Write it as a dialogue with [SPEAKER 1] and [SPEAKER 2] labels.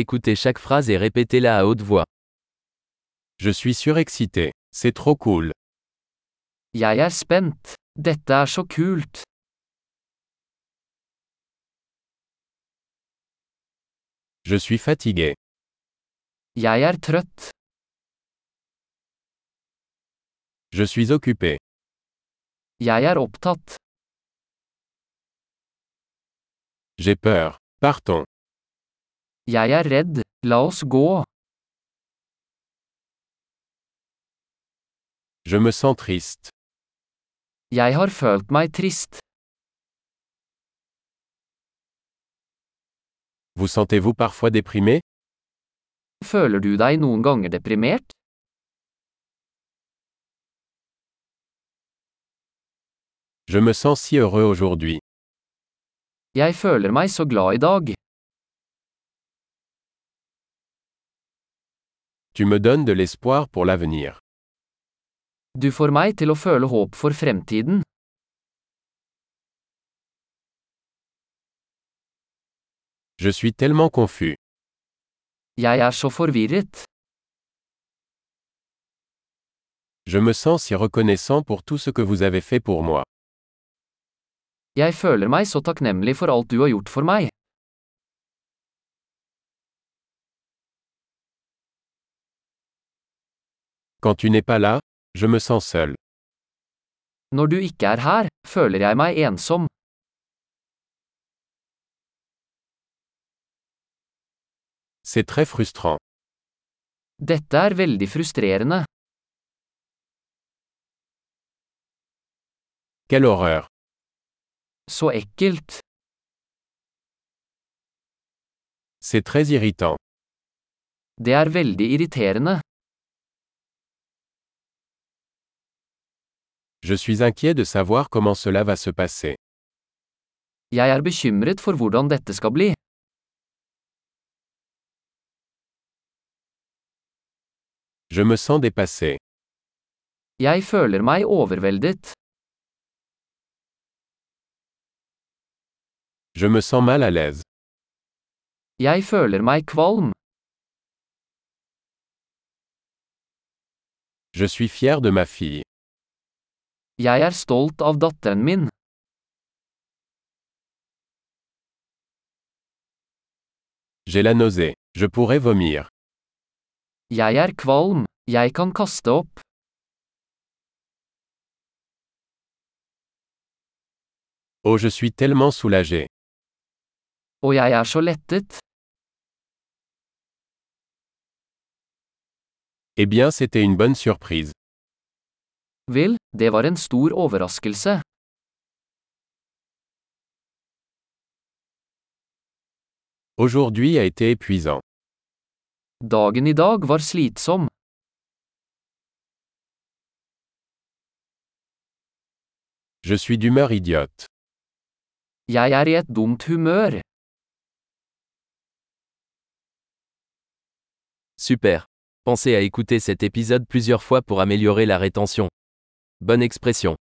[SPEAKER 1] Écoutez chaque phrase et répétez-la à haute voix.
[SPEAKER 2] Je suis surexcité. C'est trop cool.
[SPEAKER 3] Jeg er spent. Dette er så kult.
[SPEAKER 2] Je suis fatigué.
[SPEAKER 3] Jeg er trøtt.
[SPEAKER 2] Je suis occupé.
[SPEAKER 3] Jeg er opptatt.
[SPEAKER 2] J'ai peur. Partons.
[SPEAKER 3] Jeg er redd. La oss gå.
[SPEAKER 2] Je me sens triste.
[SPEAKER 3] Jeg har følt meg trist.
[SPEAKER 2] Vous sentez-vous parfois déprimé
[SPEAKER 3] Føler du deg noen ganger deprimert?
[SPEAKER 2] Je me sens si heureux aujourd'hui.
[SPEAKER 3] Jeg føler meg så glad i dag.
[SPEAKER 2] Tu me donnes de l'espoir pour l'avenir.
[SPEAKER 3] Du får meg til å føle håp for fremtiden.
[SPEAKER 2] Je suis tellement confus.
[SPEAKER 3] Jeg er så forvirret.
[SPEAKER 2] Je me sens si reconnaissant pour tout ce que vous avez fait pour moi.
[SPEAKER 3] Jeg føler meg så takknemlig for alt du har gjort for meg.
[SPEAKER 2] Quand tu n'es pas là, je me sens seul.
[SPEAKER 3] Når du ikke er her, føler jeg meg ensom.
[SPEAKER 2] C'est très frustrant.
[SPEAKER 3] Dette er veldig frustrerende.
[SPEAKER 2] Quelle horreur.
[SPEAKER 3] Så ekkelt.
[SPEAKER 2] C'est très irritant.
[SPEAKER 3] Det er veldig irriterende.
[SPEAKER 2] Je suis inquiet de savoir comment cela va se passer.
[SPEAKER 3] Jeg er bekymret for hvordan dette skal bli.
[SPEAKER 2] Je me sens dépassé.
[SPEAKER 3] Jeg føler meg overveldet.
[SPEAKER 2] Je me sens mal à l'aise.
[SPEAKER 3] Jeg føler meg kvalm.
[SPEAKER 2] Je suis fier de ma fille.
[SPEAKER 3] Jeg er stolt av datteren min.
[SPEAKER 2] J'ai la nausée. Je pourrais vomir.
[SPEAKER 3] Jeg er kvalm. Jeg kan kaste opp.
[SPEAKER 2] Oh, je suis tellement soulagé.
[SPEAKER 3] Og jeg er så lettet.
[SPEAKER 2] Eh bien, c'était une bonne surprise.
[SPEAKER 3] Vel, det var en stor overraskelse.
[SPEAKER 2] Aujourd'hui a été épuisant.
[SPEAKER 3] Dagen i dag var slitsom.
[SPEAKER 2] Je suis d'humeur idiote.
[SPEAKER 3] Jeg er i et dumt humør.
[SPEAKER 1] Super. Pensez à écouter cet épisode plusieurs fois pour améliorer la rétention. Bonne expression.